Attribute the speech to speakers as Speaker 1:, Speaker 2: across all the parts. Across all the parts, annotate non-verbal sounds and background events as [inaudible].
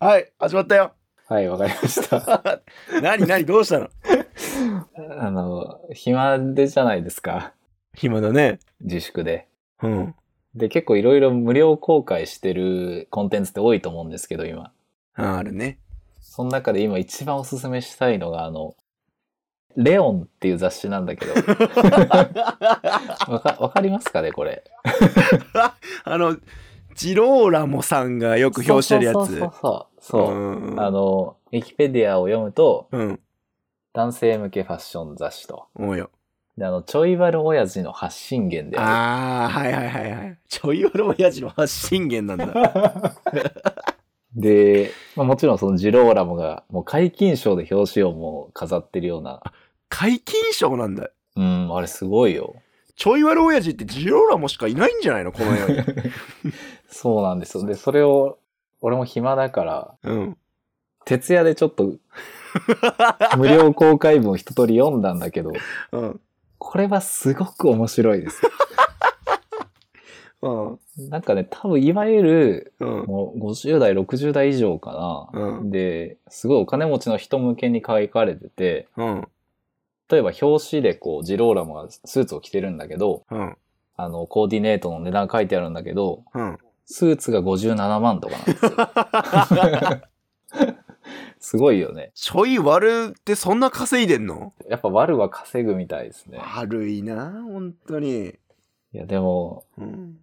Speaker 1: はい、始まったよ。
Speaker 2: はい、わかりました。
Speaker 1: [laughs] 何何どうしたの
Speaker 2: [laughs] あの、暇でじゃないですか。
Speaker 1: 暇だね。
Speaker 2: 自粛で。
Speaker 1: うん。
Speaker 2: で、結構いろいろ無料公開してるコンテンツって多いと思うんですけど、今。
Speaker 1: ああるね。 [laughs]
Speaker 2: その中で今一番おすすめしたいのが、あの、レオンっていう雑誌なんだけ [laughs] ど。わか、わかりますかね、これ。
Speaker 1: あの、ジローラモさんがよく表してるやつ。
Speaker 2: そうそうそうそう。そう
Speaker 1: うん
Speaker 2: あの、ウィキペディアを読むと、
Speaker 1: うん。
Speaker 2: 男性向けファッション雑誌と。
Speaker 1: 思うよ。
Speaker 2: で、あの、ちょいバル親父の発信源である。
Speaker 1: ああ、はいはいはいはい。ちょい悪親父の発信源なん [laughs] だ。
Speaker 2: で、まあ、もちろんそのジローラモが、もう解禁賞で表紙をもう飾ってるような。 [laughs]
Speaker 1: 解禁賞なんだ。
Speaker 2: うん、あれすごいよ。
Speaker 1: ちょい悪親父ってジローラモしかいないんじゃないのこの世に。
Speaker 2: そうなんですよ。で、それを、俺も暇だから、
Speaker 1: [laughs] うん。
Speaker 2: 徹夜でちょ
Speaker 1: [laughs]
Speaker 2: っと、無料公開文を一通り読んだんだけど、
Speaker 1: うん。
Speaker 2: これはすごく面白
Speaker 1: [laughs]
Speaker 2: いですよ。
Speaker 1: うん。
Speaker 2: なんかね、多分いわゆる、
Speaker 1: うん。
Speaker 2: もう50代、60代以上かな。
Speaker 1: うん
Speaker 2: で、すごいお金持ちの人向けに書かれてて、
Speaker 1: うん。
Speaker 2: 例えば表紙でこう、ジローラモがスーツを着てるんだけど、
Speaker 1: うん。
Speaker 2: あの、コーディネートの値段書いてあるんだけど、
Speaker 1: うん。 [laughs]
Speaker 2: スーツが57万とかなんですよ。 [laughs] すごいよね。
Speaker 1: ちょい悪ってそんな稼いでんの
Speaker 2: やっぱ悪は稼ぐみたいですね。
Speaker 1: 悪いな、本当に。
Speaker 2: いや、でも、
Speaker 1: うん。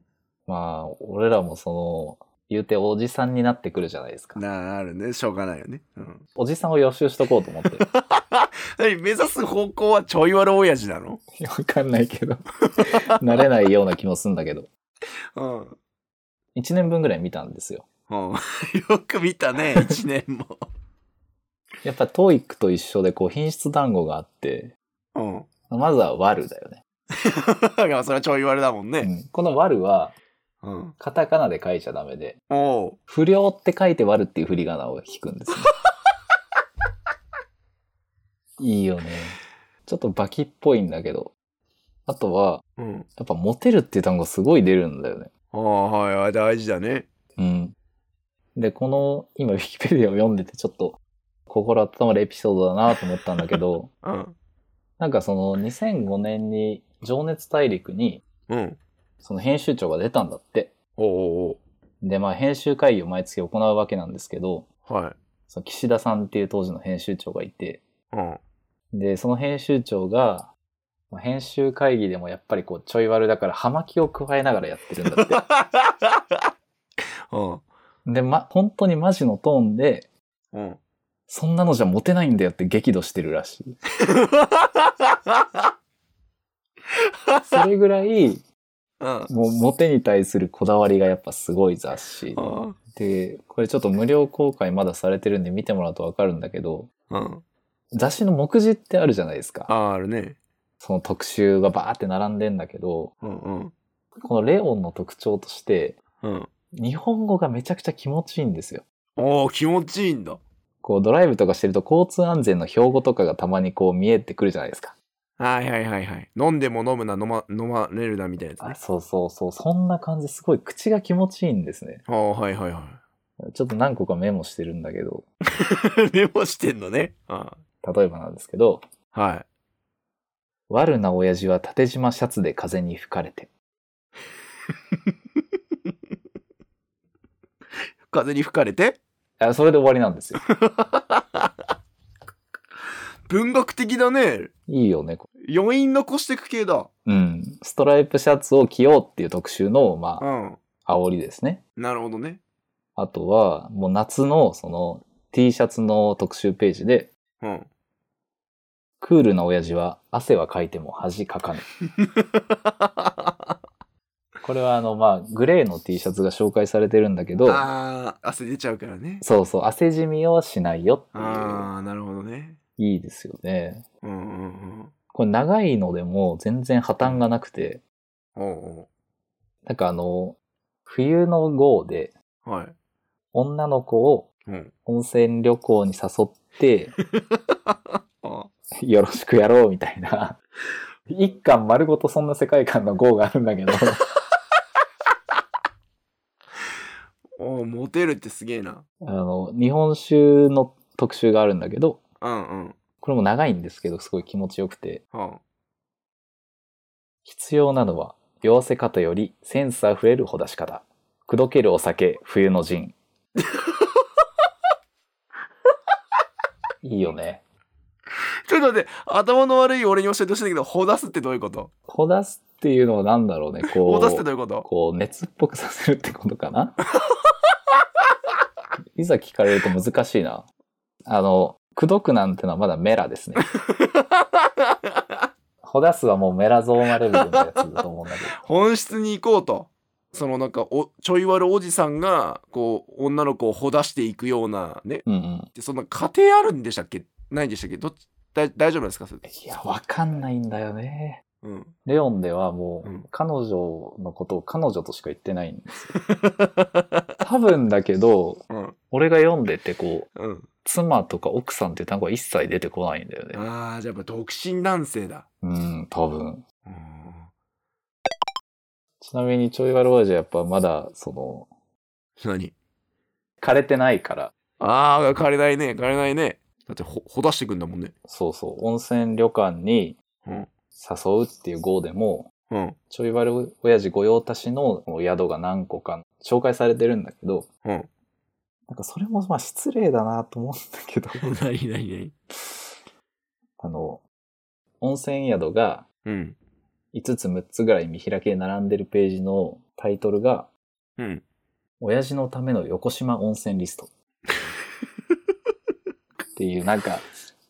Speaker 2: まあ、俺らもその、言うておじさんになってくるじゃないですか。
Speaker 1: なあるね、しょうがないよね。うん。
Speaker 2: おじさんを予習しとこうと思って。
Speaker 1: [laughs] 何目指す方向はちょい悪親父なの
Speaker 2: わかんないけど。慣れないような気もするんだけど。
Speaker 1: うん。 [laughs] うん。
Speaker 2: 1年分ぐらい見たんですよ。
Speaker 1: よく見た [laughs] ね、一年も。
Speaker 2: やっぱ TOEIC と一緒でこう品質団子があって、
Speaker 1: うん。
Speaker 2: まずは悪だよね。
Speaker 1: [laughs] いや、それはちょい悪だもん
Speaker 2: う
Speaker 1: ね。
Speaker 2: んこの悪は
Speaker 1: うん。
Speaker 2: カタカナで書いちゃダメで、
Speaker 1: おう。
Speaker 2: 不良って書いて割るっていう振り仮名を引くんですね。いいよね。ちょっとバキっぽいんだけど。あとは、
Speaker 1: うん。
Speaker 2: やっぱモテるっていう単語すごい出るんだよね。
Speaker 1: ああ、はいはい、大事だね。
Speaker 2: うん。で、この、今、ウィキペディアを読んでてちょっと心温まるエピソードだなと思ったんだけど、
Speaker 1: うん。
Speaker 2: なんかその2005年に情熱大陸に
Speaker 1: うん。
Speaker 2: その編集長が出たんだって。
Speaker 1: おうおう
Speaker 2: で、まあ編集会議を毎月行うわけなんですけど、
Speaker 1: おうはい。
Speaker 2: その岸田さんっていう当時の編集長がいて、
Speaker 1: [laughs] うん。
Speaker 2: で、その編集長が、まあ編集会議でもやっぱりこうちょい悪だから葉巻を加えながらやってるん
Speaker 1: [laughs]
Speaker 2: だって。
Speaker 1: うん。
Speaker 2: で、ま、本当にマジのトーンで、
Speaker 1: うん。
Speaker 2: そんなのじゃモテないんだよって激怒してるらし
Speaker 1: [laughs]
Speaker 2: い。それぐらい、
Speaker 1: うん。
Speaker 2: もうモテに対するこだわりがやっぱすごい雑誌。
Speaker 1: [laughs] うん。
Speaker 2: で、これちょっと無料公開まだされてるんで見てもらうとわかるんだけど、
Speaker 1: うん。
Speaker 2: 雑誌の目次ってあるじゃないですか。
Speaker 1: ああるね。
Speaker 2: その特集がバーって並んでんだけど、
Speaker 1: うんうん。
Speaker 2: このレオンの特徴として、
Speaker 1: うん。
Speaker 2: 日本語がめちゃくちゃ気持ちいいんですよ。
Speaker 1: おー、気持ちいいんだ。
Speaker 2: こうドライブとかしてると交通安全の標語とかがたまにこう見えてくるじゃないですか。
Speaker 1: はいはいはいはい。飲んでも飲むな、飲ま、飲まれるな、みたいなやつね
Speaker 2: あ、。そうそうそう。そんな感じ、すごい口が気持ちいいんですね。
Speaker 1: ああ、はいはいは
Speaker 2: ちょっと何個かメモしてるんだけど、
Speaker 1: い。 [laughs] メモしてんのね。あ
Speaker 2: 例えばなんですけど、
Speaker 1: あはい。
Speaker 2: 悪な親父は縦縞シャツで風に吹かれて。
Speaker 1: 風に吹かれて、
Speaker 2: あそれで終わりなんです [laughs] よ。
Speaker 1: 文学的だね。
Speaker 2: いいよね。こ
Speaker 1: 余韻残してく系だ。
Speaker 2: れうん。ストライプシャツを着ようっていう特集の、ま
Speaker 1: うん。
Speaker 2: あ、煽りですね。
Speaker 1: なるほどね。
Speaker 2: あとは、もう夏のその T シャツの特集ページで、
Speaker 1: うん。
Speaker 2: クールな親父は汗はかいても恥かかぬ。これはあの、まあ、グレーの T シャツが紹介されてるんだけど、
Speaker 1: ああ、汗出ちゃうからね。
Speaker 2: そうそう、汗じみをしないよっていう。
Speaker 1: ああ、なるほどね。
Speaker 2: いいですよね。
Speaker 1: うんうんうん。
Speaker 2: これ長いのでも全然破綻がなくて、
Speaker 1: おう
Speaker 2: なんかあの、冬の号で
Speaker 1: おうはい。
Speaker 2: 女の子を
Speaker 1: うん。
Speaker 2: 温泉旅行に誘って、 [laughs]
Speaker 1: あ
Speaker 2: よろしくやろうみたいな。一巻丸ごとそ
Speaker 1: [laughs]
Speaker 2: んな世界観の号があるんだけど、
Speaker 1: あ。おーモテるってすげえな。
Speaker 2: あの、日本酒の特集があるんだけど、
Speaker 1: うんうん。
Speaker 2: これも長いんですけど、すごい気持ちよくて、
Speaker 1: は
Speaker 2: 必要なのは、酔わせ方よりセンスあふれるほだし方。くどけるお酒、冬の陣。
Speaker 1: [laughs]
Speaker 2: いいよね。
Speaker 1: あ、ちょっと待って、頭の悪い俺に教えてほしいんだけど、ほだすってどういうこと
Speaker 2: ほだすっていうのは何だろうね。こ
Speaker 1: ほだすって
Speaker 2: う、
Speaker 1: どういうこと
Speaker 2: こう熱っぽくさせるってことかな [laughs] いざ聞かれると難しいな。あの、くどくなんてのはまだメ
Speaker 1: [laughs]
Speaker 2: ラですね。ほだすはもうメラゾーマレベルのやつだと思うんだけど。
Speaker 1: 本質に行こうと。そのなんかおちょい悪おじさんがこう女の子をほだしていくようなね
Speaker 2: うんうん。
Speaker 1: でそんな家庭あるんでしたっけないんでしたっけどっちだ大丈夫なんですかそれ、
Speaker 2: いや、わかんないんだよね。
Speaker 1: うん、
Speaker 2: レオンではもう、
Speaker 1: うん
Speaker 2: 彼女のことを彼女としか言ってないんです
Speaker 1: [laughs]
Speaker 2: よ。多分だけど、
Speaker 1: うん
Speaker 2: 俺が読んでてこう、
Speaker 1: うん
Speaker 2: 妻とか奥さんっていう単語は一切出てこないんだよね。
Speaker 1: ああじゃあやっぱ独身男性だ
Speaker 2: うん、多分。
Speaker 1: うん
Speaker 2: ちなみにちょいわるわじはやっぱまだ、その、
Speaker 1: 何
Speaker 2: 枯れてないから、
Speaker 1: ああ枯れないね枯れないねだってほほだしてくんだもんね
Speaker 2: そうそう、温泉旅館に
Speaker 1: うん
Speaker 2: 誘うっていう号でも、
Speaker 1: うん
Speaker 2: ちょいわる親父御用達の宿が何個か紹介されてるんだけど、
Speaker 1: うん
Speaker 2: なんかそれもまあ失礼だなと思うんだけど、
Speaker 1: [laughs] 何何何
Speaker 2: あの、温泉宿が
Speaker 1: うん
Speaker 2: 5つ6つぐらい見開きで並んでるページのタイトルが、
Speaker 1: うん
Speaker 2: 親父のための横島温泉リスト。っていう、なんか、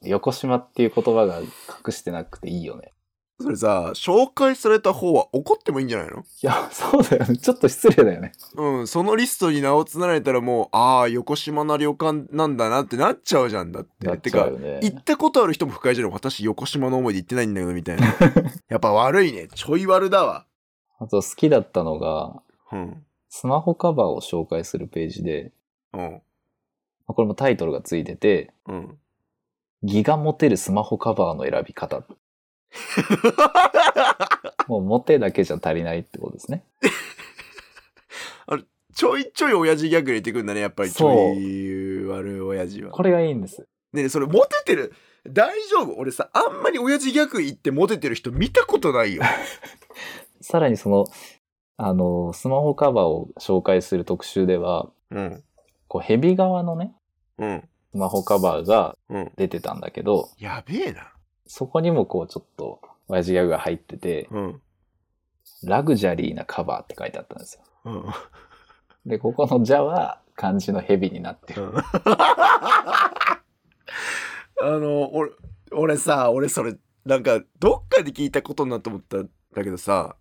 Speaker 2: 横島っていう言葉が隠してなくていいよね。
Speaker 1: それさ紹介された方は怒ってもいいんじゃないの
Speaker 2: いや、そうだよね。ちょっと失礼だよね。
Speaker 1: うん、そのリストに名を連ねたらもう、ああ、横島な旅館なんだなってなっちゃうじゃんだって。
Speaker 2: なっ
Speaker 1: って
Speaker 2: ちゃ
Speaker 1: か
Speaker 2: う、よね。
Speaker 1: 行ったことある人も不快じゃん。私、横島の思いで行ってないんだけど、みたいな。やっぱ悪いね。ちょい悪だわ。
Speaker 2: あと好きだったのが、
Speaker 1: うん。
Speaker 2: スマホカバーを紹介するページで、
Speaker 1: うん。
Speaker 2: まあこれもタイトルがついてて、
Speaker 1: うん。
Speaker 2: ギガモテるスマホカバーの選び
Speaker 1: [laughs]
Speaker 2: 方。もうモテだけじゃ足りないってことですね。
Speaker 1: ちょいちょい親父ギャグ入れてくんだね、やっぱり。ち
Speaker 2: そ
Speaker 1: ょ
Speaker 2: う
Speaker 1: い悪い親父は。
Speaker 2: これがいいんです。
Speaker 1: ねえそれ、モテてる。大丈夫俺さ、あんまり親父ギャグ言ってモテてる人見たことないよ。
Speaker 2: さらにその、あの、スマホカバーを紹介する特集では、
Speaker 1: [laughs] うん。
Speaker 2: こう、ヘビ側のね、
Speaker 1: うん。
Speaker 2: スマホカバーが
Speaker 1: うん。
Speaker 2: 出てたんだけど、
Speaker 1: やべえな。
Speaker 2: そこにもこう、ちょっと、親父ギャグが入ってて、
Speaker 1: うん。
Speaker 2: ラグジュアリーなカバーって書いてあったんですよ。
Speaker 1: うん。
Speaker 2: で、ここのじゃは、漢字のヘビに
Speaker 1: [laughs]
Speaker 2: なってる。
Speaker 1: あの俺俺さ俺それなんかどっかで聞いたことになと思ったんだけどさ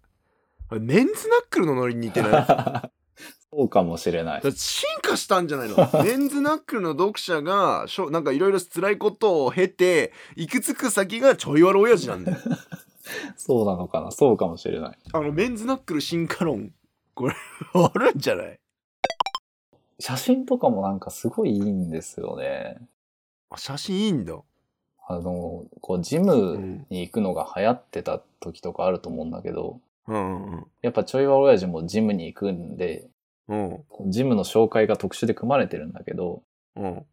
Speaker 1: あれメンズナックルのノリに似て [laughs] ないだっ
Speaker 2: [laughs] そうかもしれない。
Speaker 1: て進化したんじゃないのメンズナックルの読者がしょなんかいろいろ辛いことを経て行き着く先がちょい悪親父 [laughs] なんだよ
Speaker 2: そうなのかなそうかもしれない。
Speaker 1: あのメンズナックル進化論これ [laughs] あるんじゃない
Speaker 2: 写真とかもなんかすごいいいんですよね。
Speaker 1: あ写真いいんだ
Speaker 2: あの、こう、ジム、
Speaker 1: うん
Speaker 2: に行くのが流行ってた時とかあると思うんだけど、
Speaker 1: うんうん
Speaker 2: やっぱちょいわ親父もジムに行くんで、
Speaker 1: うん
Speaker 2: こうジムの紹介が特殊で組まれてるんだけど、
Speaker 1: うん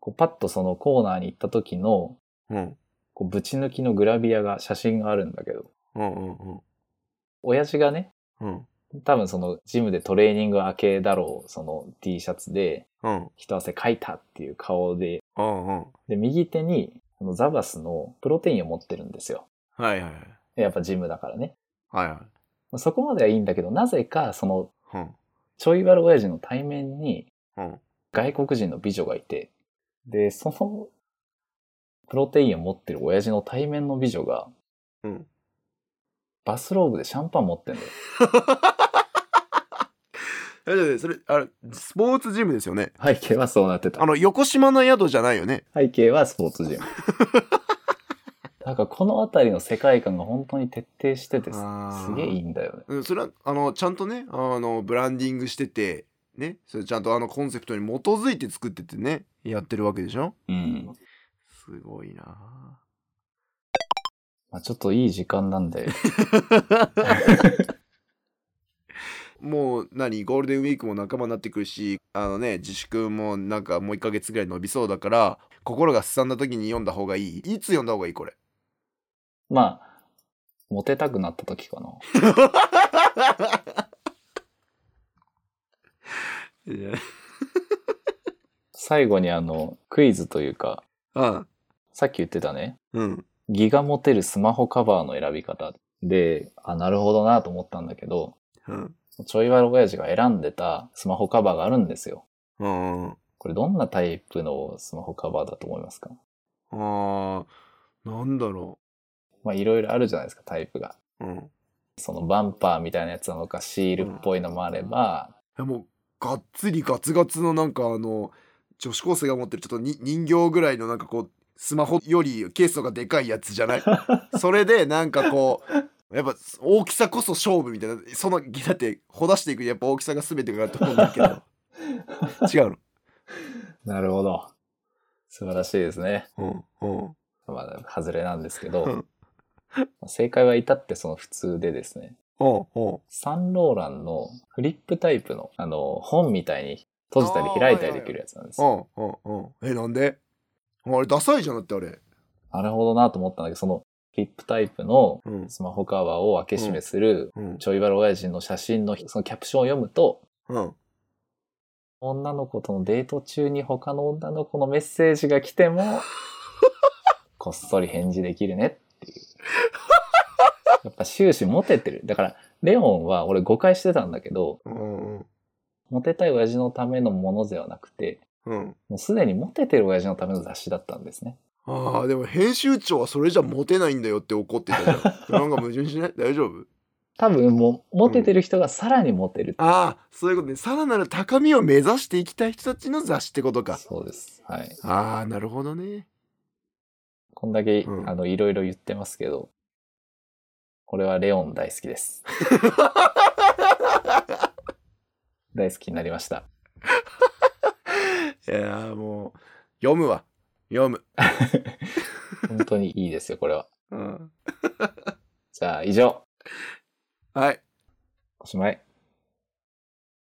Speaker 2: こうパッとそのコーナーに行った時の、
Speaker 1: うん
Speaker 2: こうぶち抜きのグラビアが、写真があるんだけど、
Speaker 1: うんうんうん
Speaker 2: 親父がね、
Speaker 1: うん
Speaker 2: 多分そのジムでトレーニング明けだろう、その T シャツで、
Speaker 1: うん
Speaker 2: 一汗かいたっていう顔で、
Speaker 1: うんうん
Speaker 2: で、右手に、あのザバスのプロテインを持ってるんですよ。
Speaker 1: はいはいはい
Speaker 2: やっぱジムだからね。
Speaker 1: はいはい
Speaker 2: まあそこまではいいんだけど、なぜかその
Speaker 1: うん。
Speaker 2: ちょい悪親父の対面に
Speaker 1: うん。
Speaker 2: 外国人の美女がいて、で、そのプロテインを持ってる親父の対面の美女が
Speaker 1: うん。
Speaker 2: バスローブでシャンパン持ってんだよ。
Speaker 1: え、それ、あれ、スポーツジムですよね。
Speaker 2: 背景はそうなってた
Speaker 1: あ。の、横島の宿じゃないよね。
Speaker 2: 背景はスポーツジム。 [laughs] なんかこの辺りの世界観が本当に徹底しててす
Speaker 1: あー
Speaker 2: すげえいいんだよね。
Speaker 1: うん、それは、あの、ちゃんとね、あの、ブランディングしてて、ね、それちゃんとあのコンセプトに基づいて作っててね、やってるわけでしょ
Speaker 2: うん。
Speaker 1: すごいな [laughs]
Speaker 2: まあ、ちょっといい時間なんで、
Speaker 1: ぁいもう何ゴールデンウィークも仲間になってくるしあのね自粛もなんかもう1ヶ月ぐらい伸びそうだから心がすさんだ時に読んだ方がいいいつ読んだ方がいいこれ
Speaker 2: まあ、モテたくなった時かな。
Speaker 1: いや
Speaker 2: 最後にあの、クイズというか、
Speaker 1: あ
Speaker 2: さっき言ってたね、
Speaker 1: うん
Speaker 2: ギガモテるスマホカバーの選び方で、あ、なるほどなと思ったんだけど、
Speaker 1: うん
Speaker 2: ちょいわる親父が選んでたスマホカバーがあるんですよ。
Speaker 1: うんうん
Speaker 2: これどんなタイプのスマホカバーだと思いますか
Speaker 1: あーなんだろ
Speaker 2: まあいろいろあるじゃないですか、タイプが。
Speaker 1: ううん
Speaker 2: そのバンパーみたいなやつなのか、シールっぽいのもあれば、
Speaker 1: いやもうがっつりガツガツのなんかあの女子高生が持ってるちょっとに人形ぐらいのなんかこうスマホよりケースがでかいやつじゃないそれでなんかこうやっぱ大きさこそ勝負みたいなそのだってほだしていくやっぱ大きさが全てかなと思うんだけど違う
Speaker 2: なるほど。素晴らしいですね。
Speaker 1: のうんうん
Speaker 2: まあ、外れなんですけど、 [laughs]
Speaker 1: うん
Speaker 2: まあ正解は至ってその普通でですね、
Speaker 1: おうおう
Speaker 2: サンローランのフリップタイプの、あの、本みたいに閉じたり開いたりできるやつなんですよ。
Speaker 1: おうおうおうえなんであれダサいじゃなくてあれ
Speaker 2: なるほどなと思ったんだけど、そのフリップタイプの
Speaker 1: うん
Speaker 2: スマホカバーを開け閉めする、
Speaker 1: うん
Speaker 2: ちょいバル親父の写真のそのキャプションを読むと、
Speaker 1: うん
Speaker 2: 女の子とのデート中に他の女の子のメッセージが来ても、こっそり返事できるねっていう。やっぱ終始モテてる。だから、レオンは俺誤解してたんだけど、
Speaker 1: うんうん
Speaker 2: モテたい親父のためのものではなくて、
Speaker 1: うん
Speaker 2: もうすでにモテてる親父のための雑誌だったんですね。
Speaker 1: ああでも編集長はそれじゃモテないんだよって怒ってた [laughs] じゃんなんか矛盾しない大丈夫
Speaker 2: 多分もう、モテてる人がさらにモテる。
Speaker 1: ああそういうことねさらなる高みを目指していきたい人たちの雑誌ってことか
Speaker 2: そうです。はい。
Speaker 1: ああなるほどね
Speaker 2: こんだけ、
Speaker 1: うん
Speaker 2: あの、いろいろ言ってますけど、これはレオン大好き
Speaker 1: [laughs]
Speaker 2: です。大好きになりました。
Speaker 1: いやーもう読むわ読む、
Speaker 2: 本当にいいですよ、これは。
Speaker 1: うん、
Speaker 2: じゃあ、以上、
Speaker 1: はい
Speaker 2: おしまい。